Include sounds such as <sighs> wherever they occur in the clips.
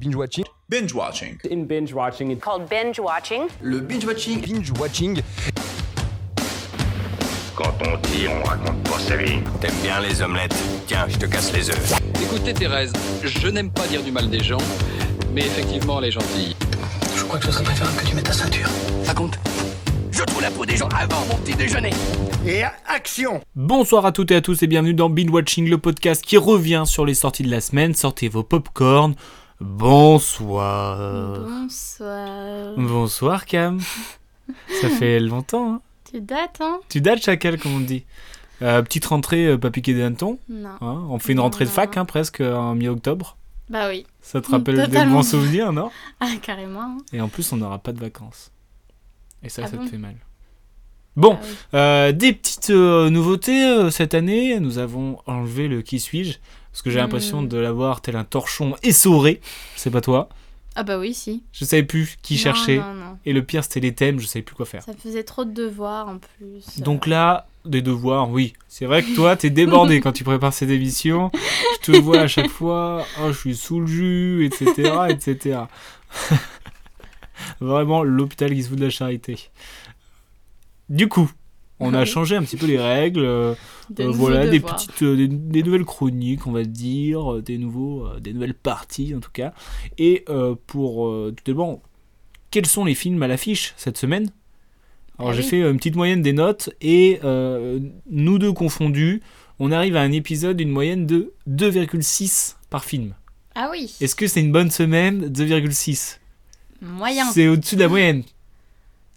Binge watching. Binge watching. In binge watching, it's called binge watching. Le binge watching. Binge watching. Quand on dit, on raconte pas sa vie. T'aimes bien les omelettes Tiens, je te casse les œufs. Écoutez Thérèse, je n'aime pas dire du mal des gens, mais effectivement elle est gentille. Je crois que ce serait préférable que tu mettes ta ceinture. Raconte. Je trouve la peau des gens avant mon petit déjeuner. Et action Bonsoir à toutes et à tous et bienvenue dans Binge Watching, le podcast qui revient sur les sorties de la semaine. Sortez vos popcorn. Bonsoir. Bonsoir. Bonsoir <laughs> Cam. Ça fait longtemps. Hein tu dates, hein Tu dates chacal comme on dit. Euh, petite rentrée, euh, pas piqué des hannetons. Non. Hein on fait une rentrée Non. de fac hein, presque en mi-octobre. Bah oui. <laughs> Ça te rappelle des Totalement. bons souvenirs, non Ah, carrément. hein. Et en plus, on n'aura pas de vacances. Et ça, Ah ça bon te fait mal. Bon, Ah oui. euh, des petites euh, nouveautés euh, cette année. Nous avons enlevé le qui suis-je. Parce que j'ai l'impression Mm. de l'avoir tel un torchon essoré. C'est pas toi. Ah, bah oui, si. Je savais plus qui Non, chercher. Non, non. Et le pire, c'était les thèmes. Je savais plus quoi faire. Ça me faisait trop de devoirs en plus. Euh, Donc là, des devoirs, oui. C'est vrai que toi, t'es débordé quand tu prépares cette émission. Je te vois à chaque fois. Oh, je suis sous le jus, etc., etc. <laughs> Vraiment l'hôpital qui se fout de la charité. Du coup, on a Oui. changé un petit peu les règles. euh, Des euh, nouveaux voilà, des devoirs. petites, euh, des, des nouvelles chroniques, on va dire, euh, des nouveaux, euh, des nouvelles parties en tout cas. Et euh, pour euh, tout d'abord, quels sont les films à l'affiche cette semaine Alors Ah j'ai oui. fait euh, une petite moyenne des notes et euh, nous deux confondus, on arrive à un épisode d'une moyenne de 2,6 par film. Ah oui. Est-ce que c'est une bonne semaine 2,6 Moyen. C'est au-dessus de la moyenne.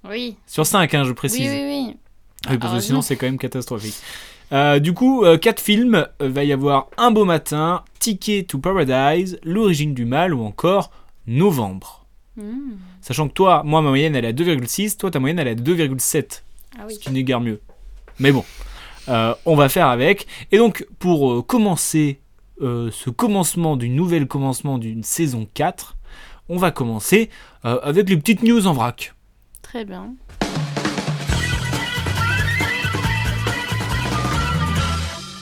Oui. Sur 5, hein, je Oui, précise. oui, oui. Ah oui, parce que sinon, Heureusement. c'est quand même catastrophique. Euh, du coup, 4 films. Euh, va y avoir Un beau matin, Ticket to Paradise, L'origine du mal ou encore Novembre. Hmm. Sachant que toi, moi, ma moyenne, elle est à 2,6. Toi, ta moyenne, elle est à 2,7. Ah Ce oui. qui n'est guère mieux. Mais bon, euh, on va faire avec. Et donc, pour euh, commencer euh, ce commencement du nouvel commencement d'une saison 4, on va commencer euh, avec les petites news en vrac. Très bien.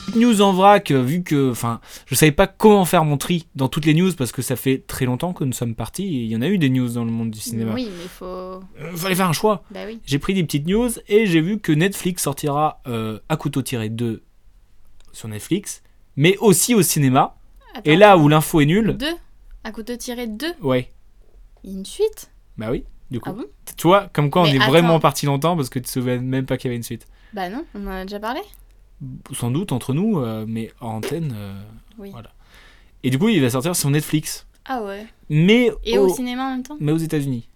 Petite news en vrac, euh, vu que, enfin, je savais pas comment faire mon tri dans toutes les news parce que ça fait très longtemps que nous sommes partis et il y en a eu des news dans le monde du cinéma. Oui, mais il faut. Euh, fallait faire un choix. Bah oui. J'ai pris des petites news et j'ai vu que Netflix sortira euh, à couteau tiré 2 sur Netflix, mais aussi au cinéma. Attends. Et là où l'info est nulle, Deux. À couteau tiré deux. ouais, Une suite. bah oui, du coup. Ah bon tu vois, comme quoi on Mais est attends. vraiment parti longtemps parce que tu te souviens même pas qu'il y avait une suite. Bah non, on en a déjà parlé. Sans doute entre nous, euh, mais en antenne. euh, Oui. Voilà. Et du coup, il va sortir sur Netflix. Ah ouais. Mais Et au- au cinéma en même temps. mais aux États-Unis.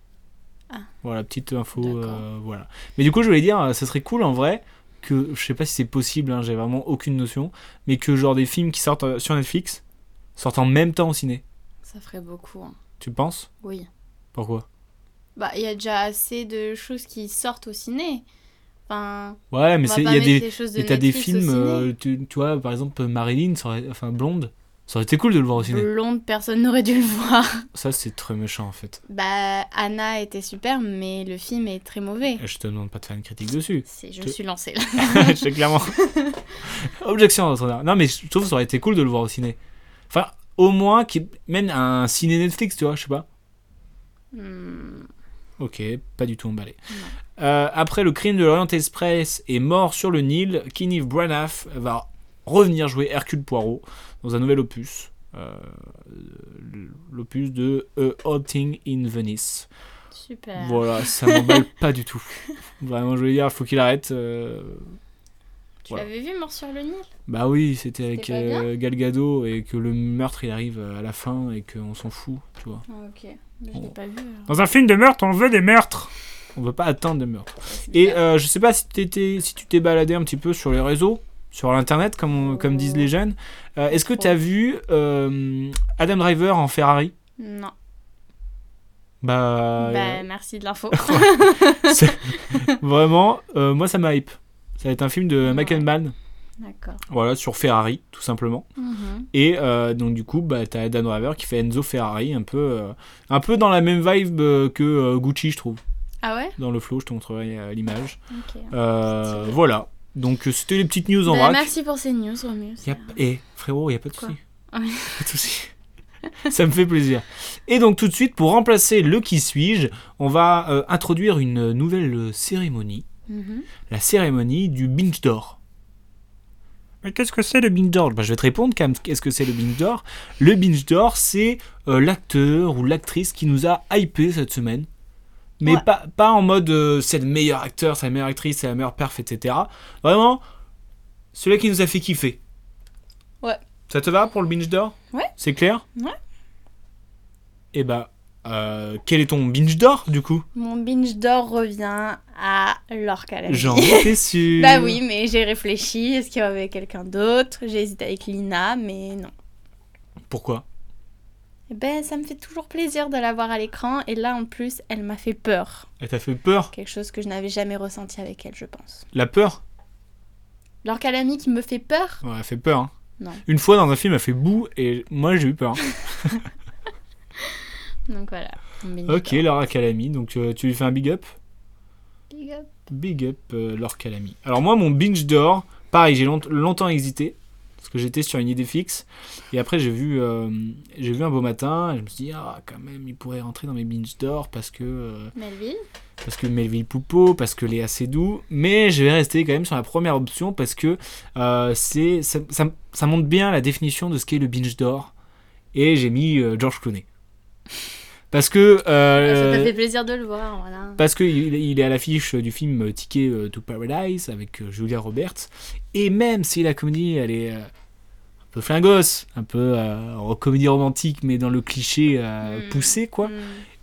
Ah. Voilà, petite info. D'accord. euh, voilà. Mais du coup, je voulais dire, euh, ça serait cool en vrai que, je sais pas si c'est possible, hein, j'ai vraiment aucune notion, mais que genre des films qui sortent euh, sur Netflix sortent en même temps au ciné. Ça ferait beaucoup. hein. Tu penses Oui. Pourquoi Bah, il y a déjà assez de choses qui sortent au ciné. Enfin, Ouais, mais on va c'est- il pas y a mettre des. les choses bah, de mais t'as des Netflix au films, ciné. euh, tu, tu vois, par exemple, Marilyn, ça aurait- enfin Blonde, ça aurait été cool de le voir au ciné. Blonde, personne n'aurait dû le voir. <laughs> Ça, c'est très méchant en fait. Bah, Anna était super, mais le film est très mauvais. Et Je te demande pas de faire une critique dessus. C'est, je Je- me suis lancée là. <laughs> <laughs> je sais clairement. Objection, votre honneur. Non, mais je trouve que ça aurait été cool de le voir au ciné. Enfin, au moins, qu'il mène un ciné Netflix, tu vois, je sais pas. Hmm, Ok, pas du tout emballé. Euh, après le crime de l'Orient Express et mort sur le Nil, Kenneth Branagh va revenir jouer Hercule Poirot dans un nouvel opus. Euh, L'opus de A Haunting in Venice. super. Voilà, ça m'emballe pas du tout. Vraiment, je veux dire, faut qu'il arrête. euh, Tu voilà. l'avais vu, Mort sur le Nil Bah oui, c'était avec pas bien euh, Gal Gadot et que le meurtre il arrive euh, à la fin et qu'on s'en fout, tu vois. Ah, ok. Oh. Mais Je l'ai pas vu alors. Dans un film de meurtre, on veut des meurtres. On veut pas attendre de meurtres. Et euh, je sais pas si, t'étais- si tu t'es baladé un petit peu sur les réseaux, sur l'internet comme, on- comme disent les jeunes. Euh, Est-ce que Trop. t'as vu euh, Adam Driver en Ferrari Non. Bah, Bah, merci <laughs> de l'info. vraiment, euh, moi ça m'a hype. Ça va être un film de McEnman, D'accord. voilà, sur Ferrari, tout simplement. Mhm. Et euh, donc du coup, bah, t'as Adam Driver qui fait Enzo Ferrari, un peu, euh, un peu dans la même vibe euh, que euh, Gucci, je trouve. Ah ouais Dans le flow, je te montrerai euh, l'image. Ok. Euh, voilà. Donc euh, c'était les petites news en Bah, vrac. merci pour ces news, Romus. Y a- Eh, frérot, y a pas de Quoi souci. <laughs> Ah oui. Pas de souci. Ça me fait plaisir. Et donc tout de suite, pour remplacer le qui suis-je, on va euh, introduire une nouvelle euh, cérémonie, Mhm. la cérémonie du binge d'or. Mais qu'est-ce que c'est le binge d'or Bah, Je vais te répondre quand même, qu'est-ce que c'est le binge d'or Le binge d'or, c'est euh, l'acteur ou l'actrice qui nous a hypé cette semaine. Mais Ouais. pas, pas en mode euh, c'est le meilleur acteur, c'est la meilleure actrice, c'est la meilleure perf, etc. Vraiment, celui qui nous a fait kiffer. Ouais. Ça te va pour le binge d'or Ouais. C'est clair Ouais. Et bah, euh, quel est ton binge d'or du coup Mon binge d'or revient à Lorca la J'en <laughs> vie. étais sûr. Bah oui, mais j'ai réfléchi. Est-ce qu'il y avait quelqu'un d'autre J'ai hésité avec Lina, mais non. Pourquoi Eh ben, ça me fait toujours plaisir de la voir à l'écran. Et là, en plus, elle m'a fait peur. Elle t'a fait peur Quelque chose que je n'avais jamais ressenti avec elle, je pense. La peur Lorca la vie qui me fait peur Ouais, elle fait peur. hein. Non. Une fois dans un film, elle fait boue et moi j'ai eu <laughs> peur. Donc voilà. mon binge ok, d'or. Laura Calami, donc euh, tu lui fais un big up Big up. Big up euh, Laura Calami. Alors moi, mon binge d'or, pareil, j'ai long- longtemps hésité parce que j'étais sur une idée fixe et après j'ai vu, euh, j'ai vu un beau matin et je me suis dit ah quand même il pourrait rentrer dans mes binge d'or parce que euh, Melville parce que Melville Poupeau, parce que Léa Seydoux, mais je vais rester quand même sur la première option parce que euh, c'est ça, ça, ça montre bien la définition de ce qu'est le binge d'or et j'ai mis euh, George Clooney parce que euh, Ah, Ça t'a fait plaisir de le voir, voilà. parce qu'il il est à l'affiche du film Ticket euh, to Paradise avec euh, Julia Roberts. Et même si la comédie, elle est euh, un peu flingosse, un peu euh, en comédie romantique, mais dans le cliché euh, Mm. poussé, quoi. Hmm.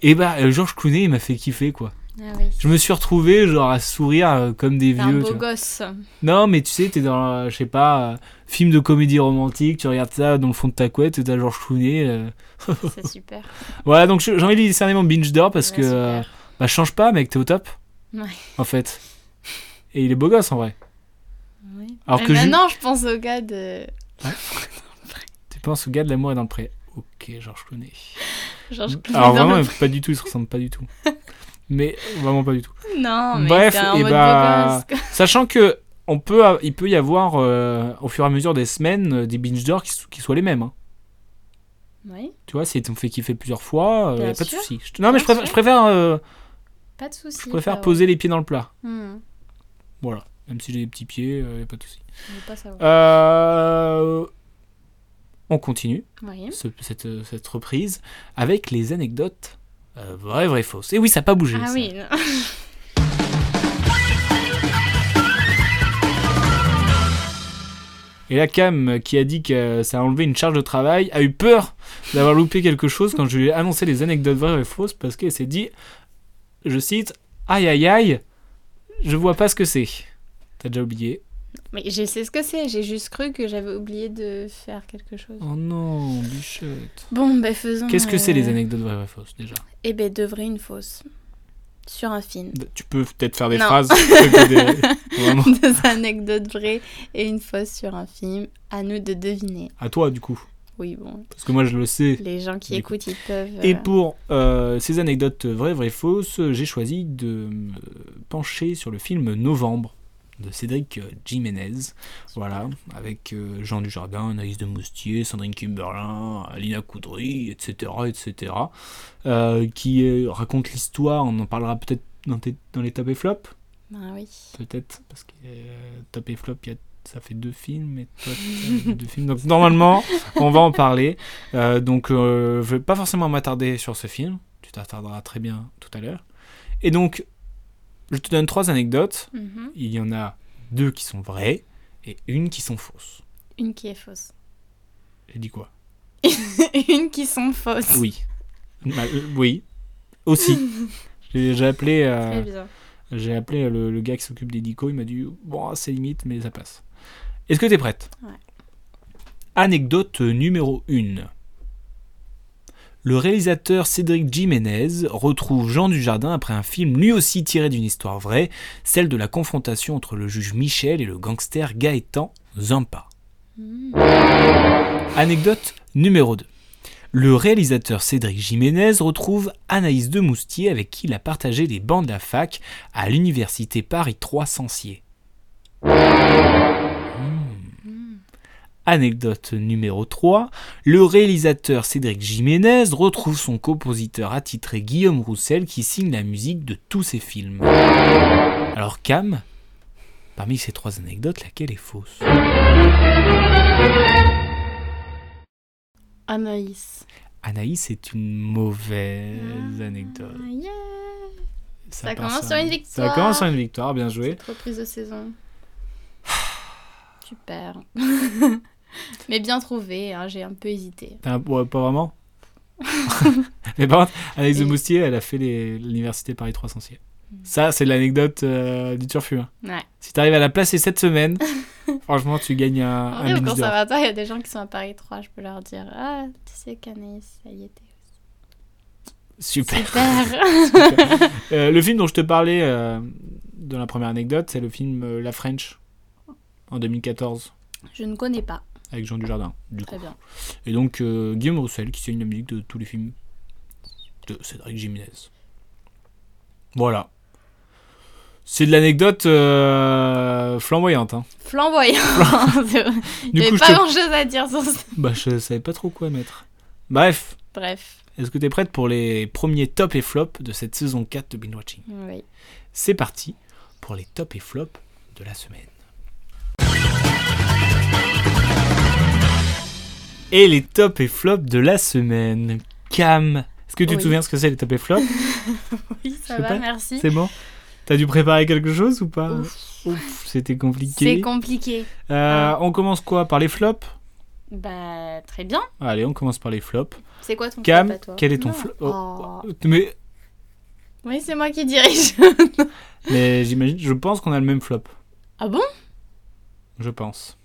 Et bah, euh, Georges Clooney, il m'a fait kiffer, quoi. Ah oui. Je me suis retrouvé, genre, à sourire euh, comme des T'es un vieux. beau tu vois. <laughs> gosse. Non, mais tu sais, t'es dans, euh, je sais pas, euh, film de comédie romantique, tu regardes ça dans le fond de ta couette, et t'as Georges Clooney. euh. C'est super. Voilà, donc je- j'ai envie de discerner mon binge d'or parce Ouais, que. super. euh, bah change pas mec, t'es au top. Ouais. En fait. Et il est beau gosse en vrai. Oui. Alors Mais que je- maintenant, je pense au gars de Tu penses au gars de l'amour et dans le pré. Ok, Georges Clooney. Georges Clooney. Mm. Alors dans vraiment, le- pas du tout, ils se ressemblent pas du <laughs> tout. Mais vraiment pas du tout. Non, mais Bref, c'est un et mode bah- beau gosse, quoi. Sachant que on peut, a- il peut y avoir euh, au fur et à mesure des semaines euh, des binge d'or qui, so- qui soient les mêmes. hein. Oui, Tu vois, si t'en fais kiffer plusieurs fois, euh, Bien y a pas de sûr. souci. Je- Non mais Bien je préfère, sûr. je préfère, euh, pas de soucis. je préfère bah ouais. poser les pieds dans le plat. Hmm, Voilà. Même si j'ai des petits pieds, euh, y a pas de souci. je veux pas savoir. Euh, On continue. Oui. ce- cette, euh, cette reprise avec les anecdotes euh, vraies, vraies, fausses. Et oui, ça n'a pas bougé. Ah ça. oui, non. <laughs> Et la Cam, euh, qui a dit que euh, ça a enlevé une charge de travail, a eu peur d'avoir <laughs> loupé quelque chose quand je lui ai annoncé les anecdotes vraies, vraies, fausses parce qu'elle s'est dit, je cite, aïe aïe aïe, je vois pas ce que c'est. T'as déjà oublié mais je sais ce que c'est, j'ai juste cru que j'avais oublié de faire quelque chose. Oh non, bichette. Bon, bah faisons. Qu'est-ce que c'est euh, les anecdotes vraies, vraies, fausses déjà Eh ben, de vrai, une fausse. Sur <laughs> un film. <laughs> Bah, Tu peux peut-être faire des Non. phrases. plutôt que des- Vraiment. Deux anecdotes vraies et une fausse sur un film. À nous de deviner. À toi, du coup. Oui, bon, Parce que moi, je le sais. les gens qui Du coup. écoutent, ils peuvent. Et euh, pour euh, ces anecdotes vraies, vraies, fausses, j'ai choisi de me pencher sur le film Novembre de Cédric euh, Jiménez. Voilà, avec euh, Jean Dujardin, Anaïs de Moustier, Sandrine Kimberlin, Alina Coudry, etc. etc. euh, qui euh, raconte l'histoire, on en parlera peut-être dans, tes- dans les top et flop, Ah oui. peut-être, parce que euh, top et flop, il y a- ça fait deux films, et toi, <laughs> t'as deux films. Donc normalement, on va en parler. Euh, donc euh, je vais pas forcément m'attarder sur ce film, tu t'attarderas très bien tout à l'heure. Et donc, je te donne trois anecdotes. Mhm. Il y en a deux qui sont vraies et une qui sont fausses. Une qui est fausse. <laughs> J'ai dit quoi une qui sont fausses. Oui. Bah, euh, oui. <laughs> Aussi. J'ai j'ai appelé... euh, Très bien. J'ai appelé le, le gars qui s'occupe des dico, il m'a dit bon c'est limite mais ça passe. Est-ce que t'es prête Ouais. Anecdote numéro 1. Le réalisateur Cédric Jiménez retrouve Jean Dujardin après un film lui aussi tiré d'une histoire vraie, celle de la confrontation entre le juge Michel et le gangster Gaëtan Zampa. Anecdote numéro 2. Le réalisateur Cédric Jiménez retrouve Anaïs de Moustier avec qui il a partagé les bancs de la fac à l'université Paris 3 Sancier. Hmm. Anecdote numéro 3. Le réalisateur Cédric Jiménez retrouve son compositeur attitré Guillaume Roussel qui signe la musique de tous ses films. Alors Cam, parmi ces trois anecdotes, laquelle est fausse Anaïs. Anaïs c'est une mauvaise anecdote. Ah, yeah. Ça part commence sur une Ça victoire. commence sur une victoire, bien joué. Reprise <sighs> de saison. Super. <laughs> Mais bien trouvé, hein, j'ai un peu hésité. T'as un- ouais, pas vraiment <laughs> Mais par contre, Alex de Et- Mm. Moustier, elle a fait les- l'université Paris 3 Censier. Ça, c'est l'anecdote euh, du turfu. hein. Ouais. Si t'arrives à la placer cette <laughs> semaine, franchement, tu gagnes un, En un vrai, au bonus d'or. conservatoire, il y a des gens qui sont à Paris 3, je peux leur dire Ah, tu sais qu'Anaïs, ça y était. Super. Super <laughs> Euh, le film dont je te parlais euh, dans la première anecdote, c'est le film euh, La French en 2014 Je ne connais pas. avec Jean Dujardin. Du coup. Très bien. Et donc euh, Guillaume Roussel qui signe la musique de tous les films de Cédric Jiménez. Voilà. C'est de l'anecdote euh, flamboyante. hein. <laughs> Flamboyant C'est vrai. Il Du n'y coup, je avait pas te- grand chose à dire sur ça. Bah, je savais pas trop quoi mettre. Bref, Bref, est-ce que t'es prête pour les premiers top et flops de cette saison 4 de Binge Watching oui. C'est parti pour les top et flops de la semaine. Et les top et flops de la semaine. Cam, est-ce que tu te Oui. souviens ce que c'est les top et flops Oui, Je ça sais va, pas. merci. C'est bon T'as dû préparer quelque chose ou pas Ouf. Ouf, c'était C'est Ah. compliqué. compliqué. Euh, on commence quoi Par les flops Bah, très bien. Allez, on commence par les flops. C'est quoi ton Cam, flop à toi quel est ton Non. flop Oh. Mais, Oui, c'est moi qui dirige. <laughs> mais j'imagine, je pense qu'on a le même flop. ah bon Je pense.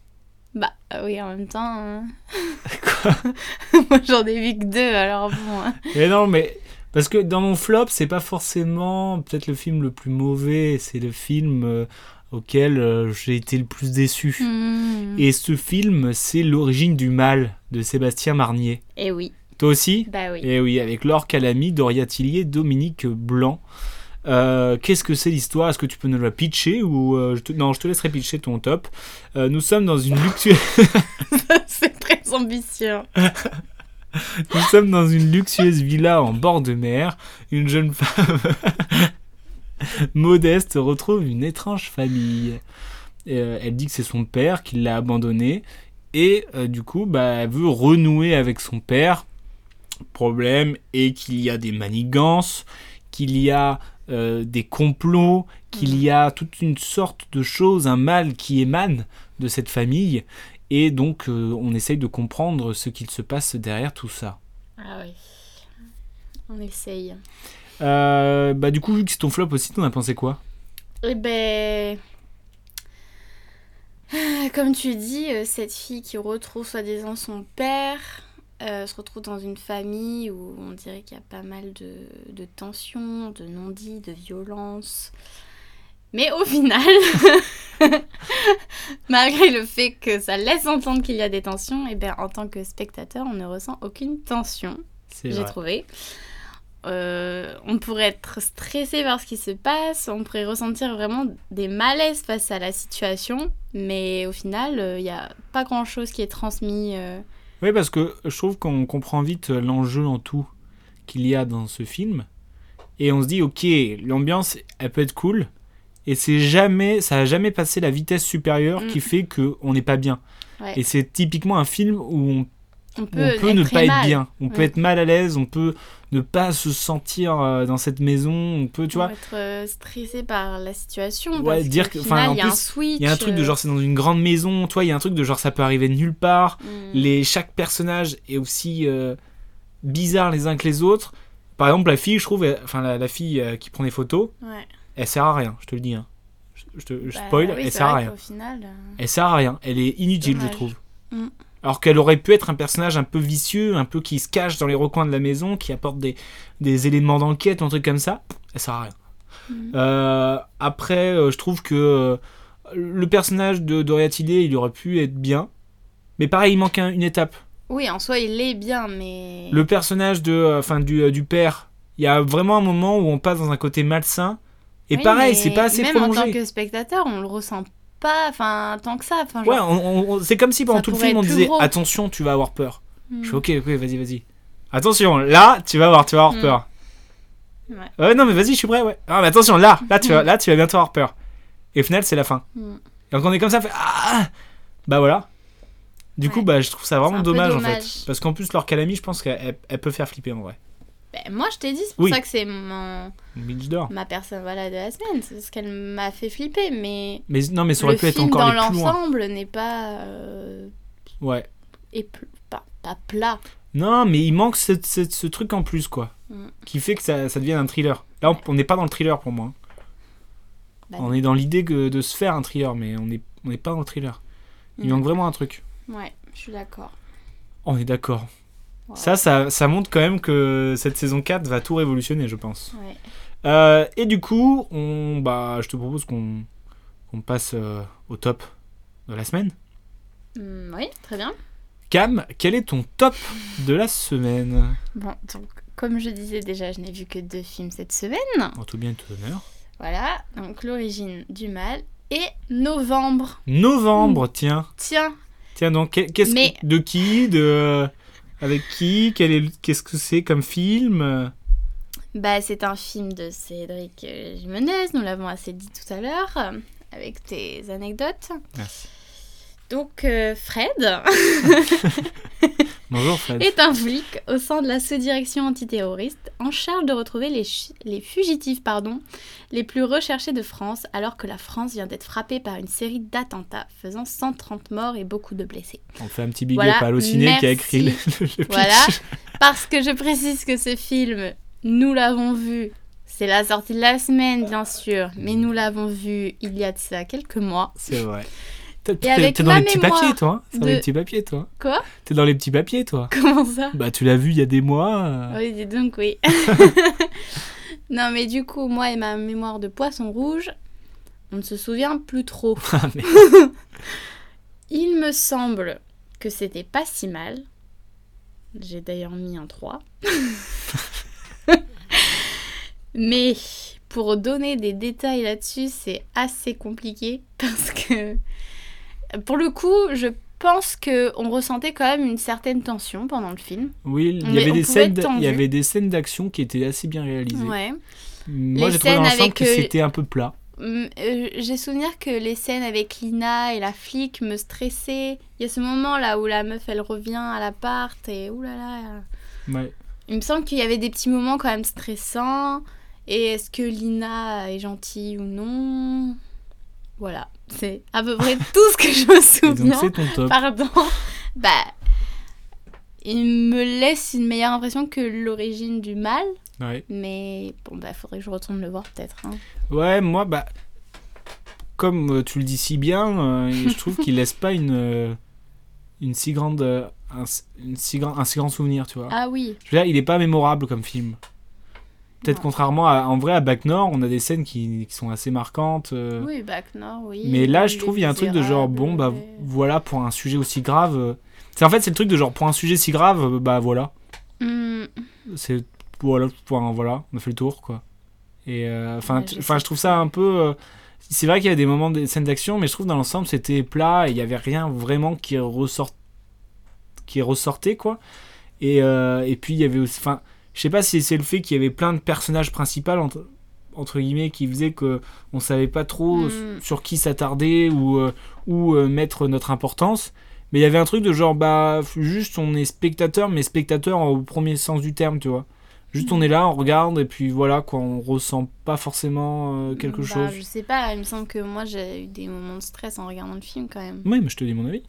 Bah euh, oui, en même temps. hein. <laughs> Moi j'en ai vu que deux, alors bon. hein. Mais non, mais. Parce que dans mon flop, c'est pas forcément peut-être le film le plus mauvais, c'est le film euh, auquel euh, j'ai été le plus déçu. <laughs> Hmm. Et ce film, c'est L'origine du mal de Sébastien Marnier. Eh oui, Toi aussi bah oui. Et oui, avec Laure Calamy, Doria Tillier, Dominique Blanc. Euh, Qu'est-ce que c'est l'histoire Est-ce que tu peux nous la pitcher ou euh, je te- Non, je te laisserai pitcher ton top. Euh, nous sommes dans une luxueuse. <laughs> c'est très ambitieux. Nous sommes dans une luxueuse villa en bord de mer. Une jeune femme <laughs> modeste retrouve une étrange famille. Euh, elle dit que c'est son père qui l'a abandonnée et euh, du coup, bah, elle veut renouer avec son père. Problème est qu'il y a des manigances, qu'il y a euh, des complots, qu'il y a toute une sorte de choses, un mal qui émane de cette famille. Et donc, euh, on essaye de comprendre ce qu'il se passe derrière tout ça. Ah oui. On essaye. Euh, bah du coup, vu que c'est ton flop aussi, t'en as pensé quoi Eh ben. <sighs> Ah, Comme tu dis, euh, cette fille qui retrouve soi-disant son père euh, se retrouve dans une famille où on dirait qu'il y a pas mal de, de tensions, de non-dits, de violences. Mais au <laughs> final, malgré le fait que ça laisse entendre qu'il y a des tensions, et ben, en tant que spectateur, on ne ressent aucune tension C'est j'ai trouvé. Euh, on pourrait être stressé par ce qui se passe, on pourrait ressentir vraiment des malaises face à la situation, mais au final, il n'y a pas grand-chose qui est transmis. euh. Oui, parce que je trouve qu'on comprend vite l'enjeu en tout qu'il y a dans ce film. Et on se dit, ok, l'ambiance, elle peut être cool. Et c'est jamais, ça a jamais passé la vitesse supérieure qui Mm. fait qu'on n'est pas bien. Ouais. Et c'est typiquement un film où on On on peut, peut, être ne très pas mal. être bien, on peut Ouais. être mal à l'aise, on peut ne pas se sentir euh, dans cette maison, on peut, tu On vois, peut être euh, stressé par la situation. Ouais, parce dire qu'au que- enfin, final, en il y a un plus, switch. il y a un truc de euh, genre c'est dans une grande maison, toi, il y a un truc de genre ça peut arriver de nulle part. hmm. les chaque personnage est aussi euh, bizarre les uns que les autres. Par exemple, la fille, je trouve, elle- enfin la, la fille euh, qui prend des photos, Ouais. elle sert à rien, je te le dis. hein. Je, je te je Bah spoil, oui, elle c'est sert à vrai rien. qu'au final, euh, Elle sert à rien, elle est inutile, je Dommage. trouve. Mm. Alors qu'elle aurait pu être un personnage un peu vicieux, un peu qui se cache dans les recoins de la maison, qui apporte des, des éléments d'enquête, ou un truc comme ça, elle sert à rien. Mm. Euh, après, euh, je trouve que euh, le personnage de Doria Tillier, il aurait pu être bien, mais pareil, il manque un- une étape. Oui, en soi, il est bien, mais. Le personnage de, euh, enfin, du, euh, du père, il y a vraiment un moment où on passe dans un côté malsain. Et Oui, pareil, mais c'est pas assez même en tant prolongé. que spectateur, on le ressent pas, enfin, tant que ça. Enfin, Ouais, genre, on- on- c'est comme si pendant Ça tout le pourrait film on être plus disait gros. attention, tu vas avoir peur. hmm. hein, Je fais ok, ok, vas-y, vas-y. Attention, là, tu vas avoir, tu vas avoir Mm. peur. Euh, Ouais. non, mais vas-y, je suis prêt, ouais. Ah, mais attention, là, là, tu vas, là, tu vas bientôt avoir peur. Et au final, c'est la fin. Mm. Et donc on est comme ça, on fait, ah bah voilà. Du coup, Ouais. bah je trouve ça C'est vraiment un peu dommage, en dommage. fait, parce qu'en plus leur calamie, je pense qu'elle elle- elle peut faire flipper en vrai. Ben, moi, je t'ai dit, c'est pour Oui. ça que c'est mon... Beach d'or. ma personne voilà, de la semaine. C'est ce qu'elle m'a fait flipper, mais. Mais non, mais ça aurait le pu être film encore dans aller plus loin. l'ensemble n'est pas. euh, Ouais. épl- pas, pas plat. Non, mais il manque ce, ce- ce truc en plus, quoi, Mm. qui fait que ça, ça devienne un thriller. Là, on- on n'est pas dans le thriller pour moi. hein. Bah on est dans l'idée que- de se faire un thriller, mais on n'est on n'est pas dans le thriller. Il Mm. manque vraiment un truc. Ouais, je suis d'accord. On est d'accord. Ouais. Ça, ça, ça montre quand même que cette saison 4 va tout révolutionner, je pense. Ouais. Euh, et du coup, on, bah, je te propose qu'on qu'on passe euh, au top de la semaine. Hmm, oui, très bien. Cam, quel est ton top de la semaine Bon, donc, comme je disais déjà, je n'ai vu que deux films cette semaine. En tout bien et tout honneur. Voilà, donc L'origine du mal et Novembre. Novembre, tiens. Tiens, Tiens donc, que- qu'est-ce Mais- que- de qui de avec qui Quel est le- qu'est-ce que c'est comme film bah, c'est un film de Cédric euh, Jimenez, nous l'avons assez dit tout à l'heure, euh, avec tes anecdotes. Merci. Donc, euh, Fred Bonjour Fred. est un flic au sein de la sous-direction antiterroriste en charge de retrouver les, chi- les fugitifs pardon, les plus recherchés de France, alors que la France vient d'être frappée par une série d'attentats faisant 130 morts et beaucoup de blessés. On fait un petit big Voilà, up à Allociné qui a merci. écrit le, le- le pitch. Voilà, <laughs> parce que je précise que ce film, nous l'avons vu, c'est la sortie de la semaine bien sûr, mais nous l'avons vu il y a de ça quelques mois. <laughs> C'est vrai. T'es Et avec t'es dans ma les petits mémoire papiers, toi. hein T'es dans les de- petits papiers, toi. Quoi T'es dans les petits papiers, toi. Comment ça Bah, tu l'as vu il y a des mois. euh. Ah Oui, dis donc, <laughs> oui. non, mais du coup, moi et ma mémoire de poisson rouge, on ne se souvient plus trop. <laughs> Ah, mais- <laughs> Il me semble que c'était pas si mal. J'ai d'ailleurs mis <laughs> un 3. Mais pour donner des détails là-dessus, c'est assez compliqué <laughs> parce que pour le coup, je pense que on ressentait quand même une certaine tension pendant le film. Oui, il y, Mais avait on des pouvait scènes, être d- il tendu. y avait des scènes d'action qui étaient assez bien réalisées. Ouais. Moi, Les j'ai trouvé dans scènes l'ensemble avec, que euh, c'était un peu plat. Hum, euh, J'ai souvenir que les scènes avec Lina et la flic me stressaient. Il y a ce moment là où la meuf elle revient à l'appart et oulala. Ouais. Il me semble qu'il y avait des petits moments quand même stressants. Et est-ce que Lina est gentille ou non Voilà, c'est à peu <laughs> près tout ce que je me Et donc, souviens. c'est ton top. Pardon. Bah, il me laisse une meilleure impression que l'origine du mal. Ouais. Mais bon, bah, faudrait que je retourne le voir peut-être. hein. Ouais, moi, bah, comme euh, tu le dis si bien, euh, je trouve qu'il laisse pas une, euh, une si grande, euh, un, s- une si grand, un si grand souvenir, tu vois. Ah oui. Je veux dire, il est pas mémorable comme film. Peut-être Non. contrairement à, en vrai, à Bac Nord, on a des scènes qui, qui sont assez marquantes. euh, Oui, Bac Nord, oui. mais là, je Les trouve, il y a un truc de genre, bon, bah, Misérables, mais- voilà, pour un sujet aussi grave. euh, C'est en fait, c'est le truc de genre, pour un sujet si grave, euh, bah voilà. Hmm, C'est. Voilà, point, voilà, on a fait le tour, quoi. Et euh, enfin, Ouais, tu- je enfin, je trouve ça un peu. euh, C'est vrai qu'il y a des moments, des scènes d'action, mais je trouve dans l'ensemble, c'était plat et il y avait rien vraiment qui, ressort... qui ressortait, quoi. Et, euh, et puis, il y avait aussi. Enfin, je sais pas si c'est le fait qu'il y avait plein de personnages principaux, entre, entre guillemets, qui faisait que on savait pas trop Mm. sur qui s'attarder ou, euh, ou euh, mettre notre importance. Mais il y avait un truc de genre, bah, juste on est spectateur, mais spectateur au premier sens du terme, tu vois. Juste Mhm. on est là, on regarde, et puis voilà, quoi, on ressent pas forcément euh, quelque bah, chose. Je sais pas, il me semble que moi, j'ai eu des moments de stress en regardant le film quand même. Oui, mais je te dis mon avis.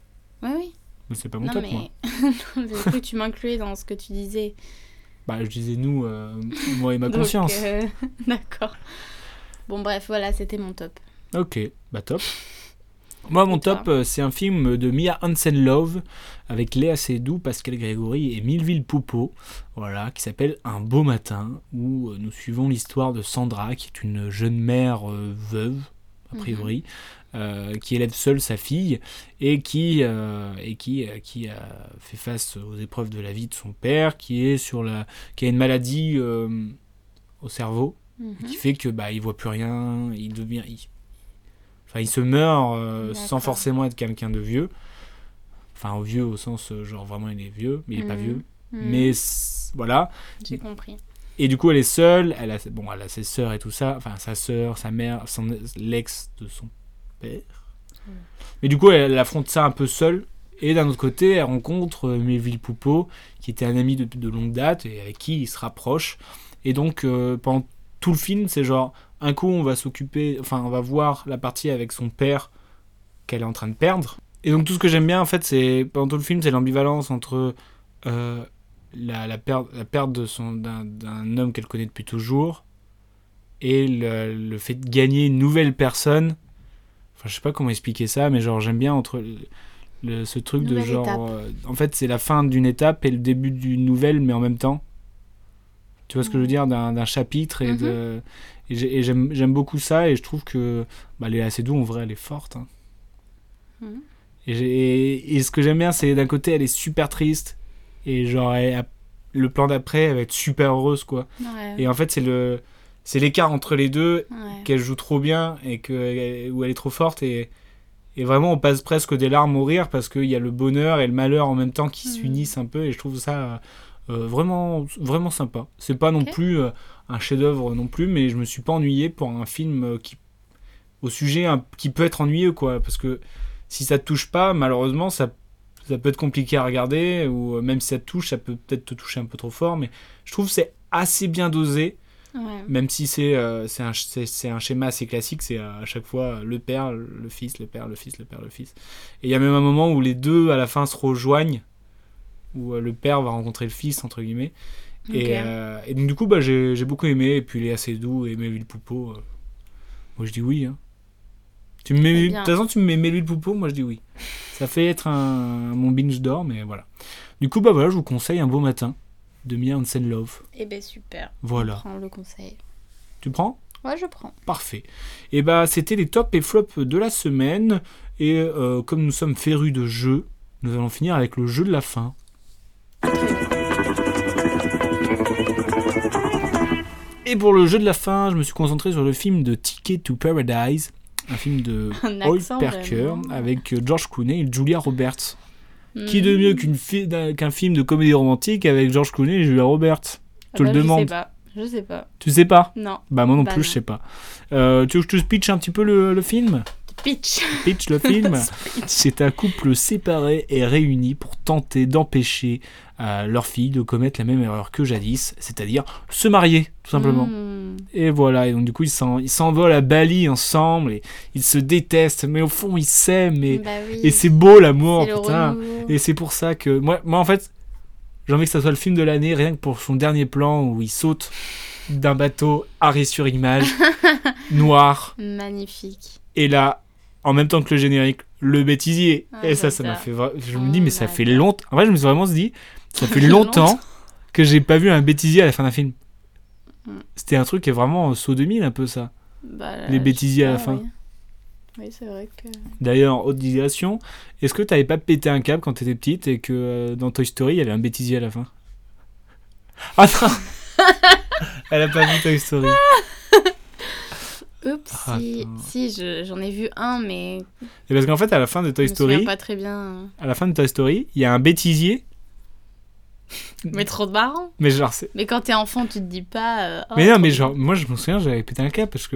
Oui, oui. Mais c'est pas mon non, Hmm. Ah top, moi. mais. <laughs> Non, j'ai cru que tu m'incluais dans ce que tu disais. Bah, je disais nous, euh, moi et ma <laughs> Donc, conscience. euh, D'accord. Bon, bref, voilà, c'était mon top. Ok, bah top. Moi, mon Et toi top, euh, c'est un film de Mia Hansen Love avec Léa Seydoux, Pascal Grégory et Milville Poupeau, voilà, qui s'appelle Un beau matin, où euh, nous suivons l'histoire de Sandra, qui est une jeune mère euh, veuve, a priori, euh, qui élève seule sa fille et qui, euh, et qui, euh, qui euh, fait face aux épreuves de la vie de son père, qui, est sur la, qui a une maladie euh, au cerveau, Mhm. qui fait que bah il voit plus rien, il devient il- Enfin, il se meurt euh, sans D'accord. forcément être quelqu'un de vieux. Enfin, vieux au sens, euh, genre vraiment, il est vieux, mais il est pas Mhm. vieux. Hmm, Mais c- voilà. J'ai compris. Et du coup, elle est seule. Elle a, bon, elle a ses sœurs et tout ça. Enfin, sa sœur, sa mère, son, l'ex de son père. Mais du coup, elle, elle affronte ça un peu seule. Et d'un autre côté, elle rencontre euh, Melville Poupeau, qui était un ami de, de longue date et avec qui il se rapproche. Et donc, euh, pendant tout le film, c'est genre, un coup, on va s'occuper, enfin, on va voir la partie avec son père qu'elle est en train de perdre. Et donc, tout ce que j'aime bien, en fait, c'est, pendant tout le film, c'est l'ambivalence entre euh, la, la, per- la perte de son- d'un d'un homme qu'elle connaît depuis toujours et le, le fait de gagner une nouvelle personne. Enfin, je sais pas comment expliquer ça, mais genre, j'aime bien entre le- le- ce truc de Nouvelle genre. étape. euh, en fait, c'est la fin d'une étape et le début d'une nouvelle, mais en même temps. Tu vois ce que je veux dire D'un d'un chapitre et Mhm. de. et j'ai- Et j'aime j'aime beaucoup ça et je trouve que bah, elle est assez douce, en vrai, elle est forte. hein. Mhm. Et, j'ai- et ce que j'aime bien, c'est d'un côté, elle est super triste. Et genre, elle a- le plan d'après, elle va être super heureuse, quoi. Ouais. Et en fait, c'est le c'est l'écart entre les deux ouais. qu'elle joue trop bien et que où elle est trop forte et et vraiment on passe presque des larmes au rire parce qu'il y a le bonheur et le malheur en même temps qui Mhm. s'unissent un peu et je trouve ça euh, vraiment vraiment sympa c'est pas non Ok. plus euh, un chef d'œuvre non plus mais je me suis pas ennuyé pour un film euh, qui au sujet un- qui peut être ennuyeux quoi parce que si ça te touche pas malheureusement ça ça peut être compliqué à regarder ou euh, même si ça te touche ça peut peut-être te toucher un peu trop fort mais je trouve que c'est assez bien dosé Ouais. même si c'est euh, c'est un, sch- c'est- c'est un schéma assez classique, c'est à chaque fois euh, le père, le fils, le père, le fils, le père, le fils. Et il y a même un moment où les deux à la fin se rejoignent, où euh, le père va rencontrer le fils, entre guillemets. Ok. Et, euh, et donc du coup, bah, j'ai j'ai beaucoup aimé, et puis il est assez doux, et Melville Poupeau, euh, moi je dis oui. hein. Tu me mets, Très de bien. toute façon, tu me mets Melville Poupeau, moi je dis oui. Ça fait être un, mon binge d'or, mais voilà. Du coup, bah voilà, je vous conseille un beau matin de Mia Hansen Love. Eh ben super. Voilà. Prends le conseil. Tu prends Ouais, je prends. Parfait. Et bah c'était les tops et flops de la semaine. Et euh, comme nous sommes férus de jeux, nous allons finir avec le jeu de la fin. Et pour le jeu de la fin, je me suis concentré sur le film de Ticket to Paradise, un film de Un Paul accent, Perker vraiment. avec euh, George Clooney et Julia Roberts. Hmm. Mm. Qui de mieux qu'une fi- d'un- qu'un film de comédie romantique avec George Clooney et Julia Roberts Tu le Ah bah Je demandes. sais pas. Je sais pas. Tu sais pas Non. Bah moi non Bah plus, non. je sais pas. Euh, tu veux que je te pitch un petit peu le- le film Pitch. pitch le <laughs> film. C'est un couple séparé et réuni pour tenter d'empêcher euh, leur fille de commettre la même erreur que jadis, c'est-à-dire se marier, tout simplement. Hmm. Et voilà, et donc du coup ils s'en- ils s'envolent à Bali ensemble, et ils se détestent, mais au fond ils s'aiment, et, Bah oui. et c'est beau l'amour, C'est le putain. renouveau. Et c'est pour ça que moi, moi en fait, j'ai envie que ça soit le film de l'année, rien que pour son dernier plan où il saute d'un bateau arrêt sur image, <laughs> noir, Magnifique. et là, en même temps que le générique, le bêtisier. Ah, et ça, ça j'adore. m'a fait. vra- Je Oh me dis, mais ça my fait God. longtemps. En vrai, je me suis vraiment dit, ça <laughs> fait Longtemps. longtemps que j'ai pas vu un bêtisier à la fin d'un film. Mm. C'était un truc qui est vraiment euh, saut 2000, un peu ça. Bah, Les je bêtisiers sais à la pas, fin. Oui, Oui, c'est vrai que. D'ailleurs, haute digression, est-ce que t'avais pas pété un câble quand t'étais petite et que euh, dans Toy Story, il y avait un bêtisier à la <laughs> fin Ah non Elle a pas vu Toy Story. Oups. Ah, si, attends. si, je- j'en ai vu un, mais Et parce qu'en fait, à la fin de Toy je me souviens Story, pas très bien. à la fin de Toy Story, il y a un bêtisier, Mais trop marrant. mais genre, c'est- Mais quand t'es enfant, tu te dis pas. euh, Oh, Mais non, trop mais bien. genre, moi je me souviens, j'avais pété un câble parce que.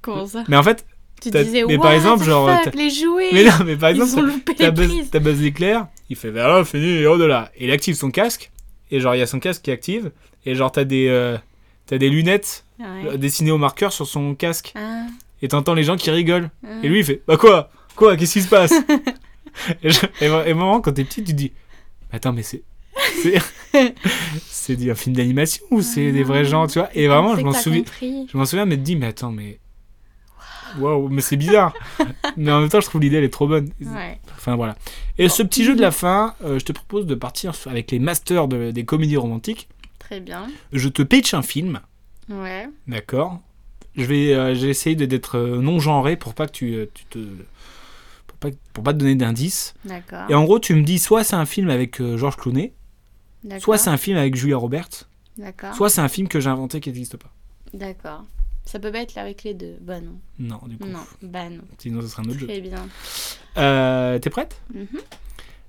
Comment ça Mais en fait, Tu t'as- disais. mais Mais par exemple, genre, Fuck, les jouets. mais non, mais par Ils ont exemple, loupé ta les base, prises. ta base d'éclair, il fait vers là, fini, et au-delà. Et il active son casque, et genre, il y a son casque qui active, et genre, t'as des, euh, t'as des lunettes Ouais. euh, dessinées au marqueur sur son casque, Ah, et t'entends les gens qui rigolent. ah. Et lui, il fait, bah quoi Quoi Qu'est-ce qui se passe <laughs> Et, je- et vra- et vraiment, quand t'es petit, tu te dis, attends, mais c'est. <laughs> c'est- C'est du- un film d'animation ou c'est des vrais gens, tu vois Et vraiment, Ah. C'est je que m'en t'as souviens. compris. Je m'en souviens, mais te dis, mais attends, mais. Waouh, mais c'est <laughs> bizarre! mais en même temps, je trouve l'idée, elle est trop bonne. Ouais. Enfin, voilà. Et ce petit jeu de la fin, euh, je te propose de partir sur- avec les masters de- des comédies romantiques. Très bien. Je te pitch un film, Ouais. d'accord? Je vais, euh, j'ai essayé de- d'être euh, non-genré pour pas que tu, euh, tu te. Pour pas, pour pas te donner d'indices. D'accord. Et en gros, tu me dis soit c'est un film avec euh, Georges Clooney, D'accord. Ah. soit c'est un film avec Julia Roberts, D'accord. soit c'est un film que j'ai inventé qui n'existe pas. D'accord. Ça peut pas être là avec les deux. Bah non. Non, du coup. Non, bah non. Sinon, ce serait un autre jeu. Très bien. Euh, T'es prête Mhm.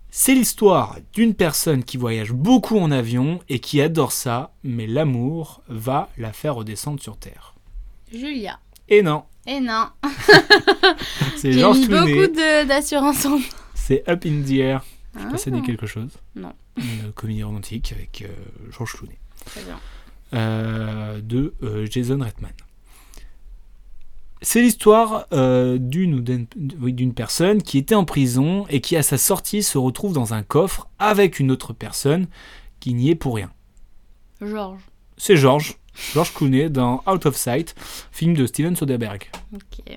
C'est l'histoire d'une personne qui voyage beaucoup en avion et qui adore ça, mais l'amour va la faire redescendre sur Terre. Julia. Et non, Et non. c'est J'ai George mis Clooney. beaucoup de- d'assurance en moi. C'est Up in the Air. Je sais pas si ça dit Ah, quelque chose. Non. Une comédie romantique avec euh, George Clooney. Très bien. euh, de euh, Jason Reitman. C'est l'histoire euh, d'une ou d'un- oui, d'une personne qui était en prison et qui à sa sortie se retrouve dans un coffre avec une autre personne qui n'y est pour rien. Georges. C'est George, George Clooney dans Out of Sight, film de Steven Soderbergh. Ok.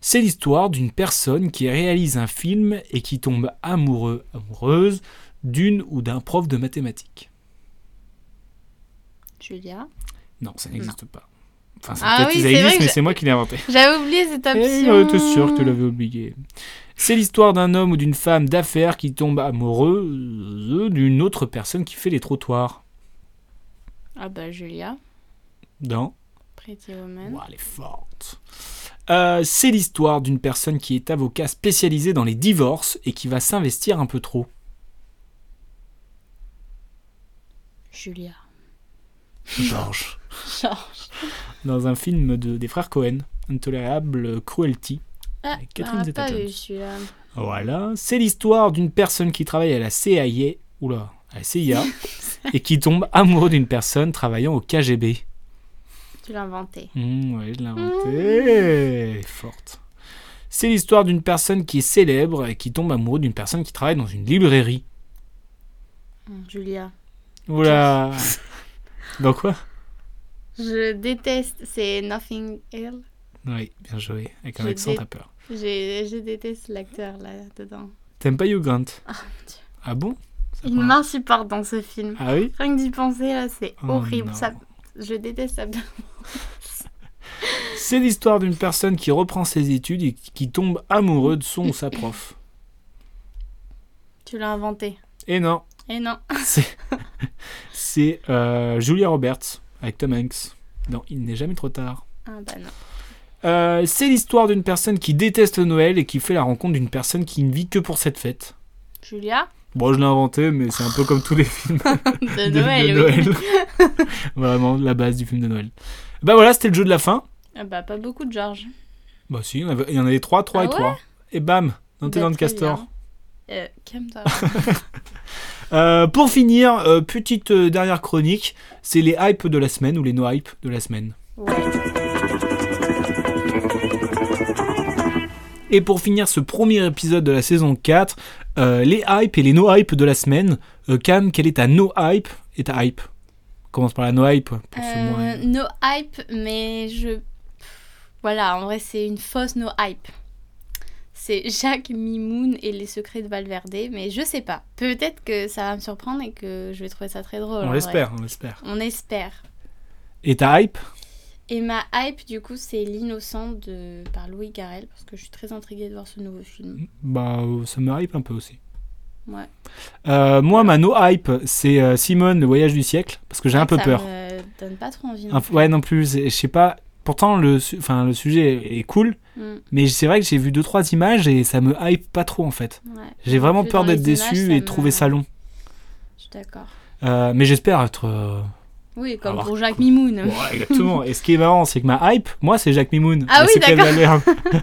C'est l'histoire d'une personne qui réalise un film et qui tombe amoureux, amoureuse d'une ou d'un prof de mathématiques. Julia. Non, ça n'existe pas. Enfin, c'est Ah peut-être oui, qu'ils c'est vrai existent, que mais je- c'est moi qui l'ai inventé. J'avais oublié cette Eh, option. j'aurais été sûr que tu l'avais oublié. C'est l'histoire d'un homme ou d'une femme d'affaires qui tombe amoureux d'une autre personne qui fait les trottoirs. Ah bah Julia. Dans Pretty Woman. Ouah, elle est forte. Euh, c'est l'histoire d'une personne qui est avocat spécialisé dans les divorces et qui va s'investir un peu trop. Julia. Georges. Georges. Dans un film de, des frères Cohen, Intolérable Cruelty. Ah, Avec on Catherine n'a pas Zeta-Jones. vu celui-là. Voilà. C'est l'histoire d'une personne qui travaille à la CIA. Oula, à la CIA. et qui tombe amoureux d'une personne travaillant au KGB. Tu l'as inventé. Mmh, ouais, je l'ai inventé. Forte. C'est l'histoire d'une personne qui est célèbre et qui tombe amoureux d'une personne qui travaille dans une librairie. Hum, Julia. Oula. <laughs> dans quoi Je déteste. C'est Nothing Hill. Oui, bien joué. Avec un Je accent, dé- t'as peur. J'ai- Je déteste l'acteur là-dedans. T'aimes pas Hugh Grant Dieu. Ah bon Ça Il prend- m'insupporte dans ce film. Ah oui Rien que d'y penser là, c'est Oh non. horrible. Ça, je déteste ça. <laughs> C'est l'histoire d'une personne qui reprend ses études et qui tombe amoureux de son ou sa prof. Tu l'as inventé. Et non, Et non. <laughs> c'est <laughs> c'est, euh, Julia Roberts avec Tom Hanks dans Il n'est jamais trop tard. Ah bah non. Euh, c'est l'histoire d'une personne qui déteste Noël et qui fait la rencontre d'une personne qui ne vit que pour cette fête. <laughs> Julia Bon, je l'ai inventé, mais c'est un peu comme tous les films De de, de Noël, oui. Noël. <laughs> Vraiment, la base du film de Noël. Bah voilà, c'était le jeu de la fin. Ah bah pas beaucoup de Georges. Bah si, il y en avait- il y en avait 3, 3 Ah et 3. Et bam, dans tes Bah, dents de très castor. bien. Euh, <laughs> Calme-toi. Euh, pour finir, euh, petite euh, dernière chronique, c'est les hypes de la semaine ou les no-hypes de la semaine. Ouais. Et pour finir ce premier épisode de la saison 4, euh, les hypes et les no-hypes de la semaine. Euh, Cam, quelle est ta no-hype et ta hype Commence par la no-hype pour ce mois. Euh, no hype, mais je. Voilà, en vrai, c'est une fausse no hype. C'est Jacques Mimoun et les secrets de Valverde, mais je sais pas. Peut-être que ça va me surprendre et que je vais trouver ça très drôle. en On vrai. l'espère, on l'espère. On espère. Et ta hype Et ma hype, du coup, c'est L'innocent de... par Louis Garrel, parce que je suis très intriguée de voir ce nouveau film. Bah, euh, ça me hype un peu aussi. Ouais. Euh, moi, ma no-hype, c'est euh, Simone, le voyage du siècle, parce que j'ai un peu Ah, ça peur. me donne pas trop envie. non Un peu- ouais, non plus, c'est- je sais pas. Pourtant, le, su- enfin, le sujet est cool, plus. Mm, mais c'est vrai que j'ai vu deux trois images et ça me hype pas trop en fait. ouais, J'ai vraiment Vu peur dans les d'être images, déçu ça et de me- trouver ça long. je suis d'accord. Euh, mais j'espère être. euh, Oui, comme Alors, pour Jacques Mimoun. Ouais, exactement. Et ce qui est marrant, c'est que ma hype, moi, c'est Jacques Mimoun. Ah La oui, Secret de d'accord. <laughs> Valère.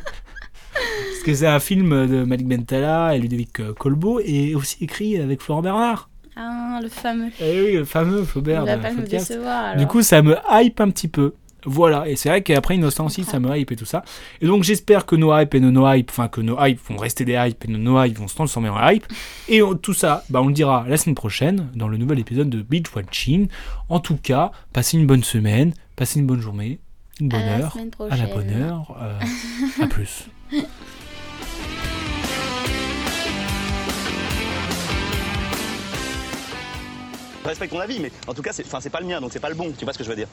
Parce que c'est un film de Malik Bentala et Ludovic euh, Colbo, et aussi écrit avec Florent Bernard. Ah, le fameux. Eh oui, le fameux Il Flaubert. va de pas me Floodcast. décevoir. Alors. Du coup, ça me hype un petit peu. Voilà, et c'est vrai qu'après Innocent aussi, comprends. ça me hype et tout ça. Et donc, j'espère que nos hype et nos no hype, enfin que nos hype vont rester des hype et nos no hype vont se transformer en hype. Et on- tout ça, bah, on le dira la semaine prochaine dans le nouvel épisode de Beach Watching. En tout cas, passez une bonne semaine, passez une bonne journée, une bonne à la heure, semaine à prochaine. la bonne heure. <laughs> euh, à plus. Je respecte ton avis, mais en tout cas, c'est enfin, c'est pas le mien, donc c'est pas le bon. Tu vois ce que je veux dire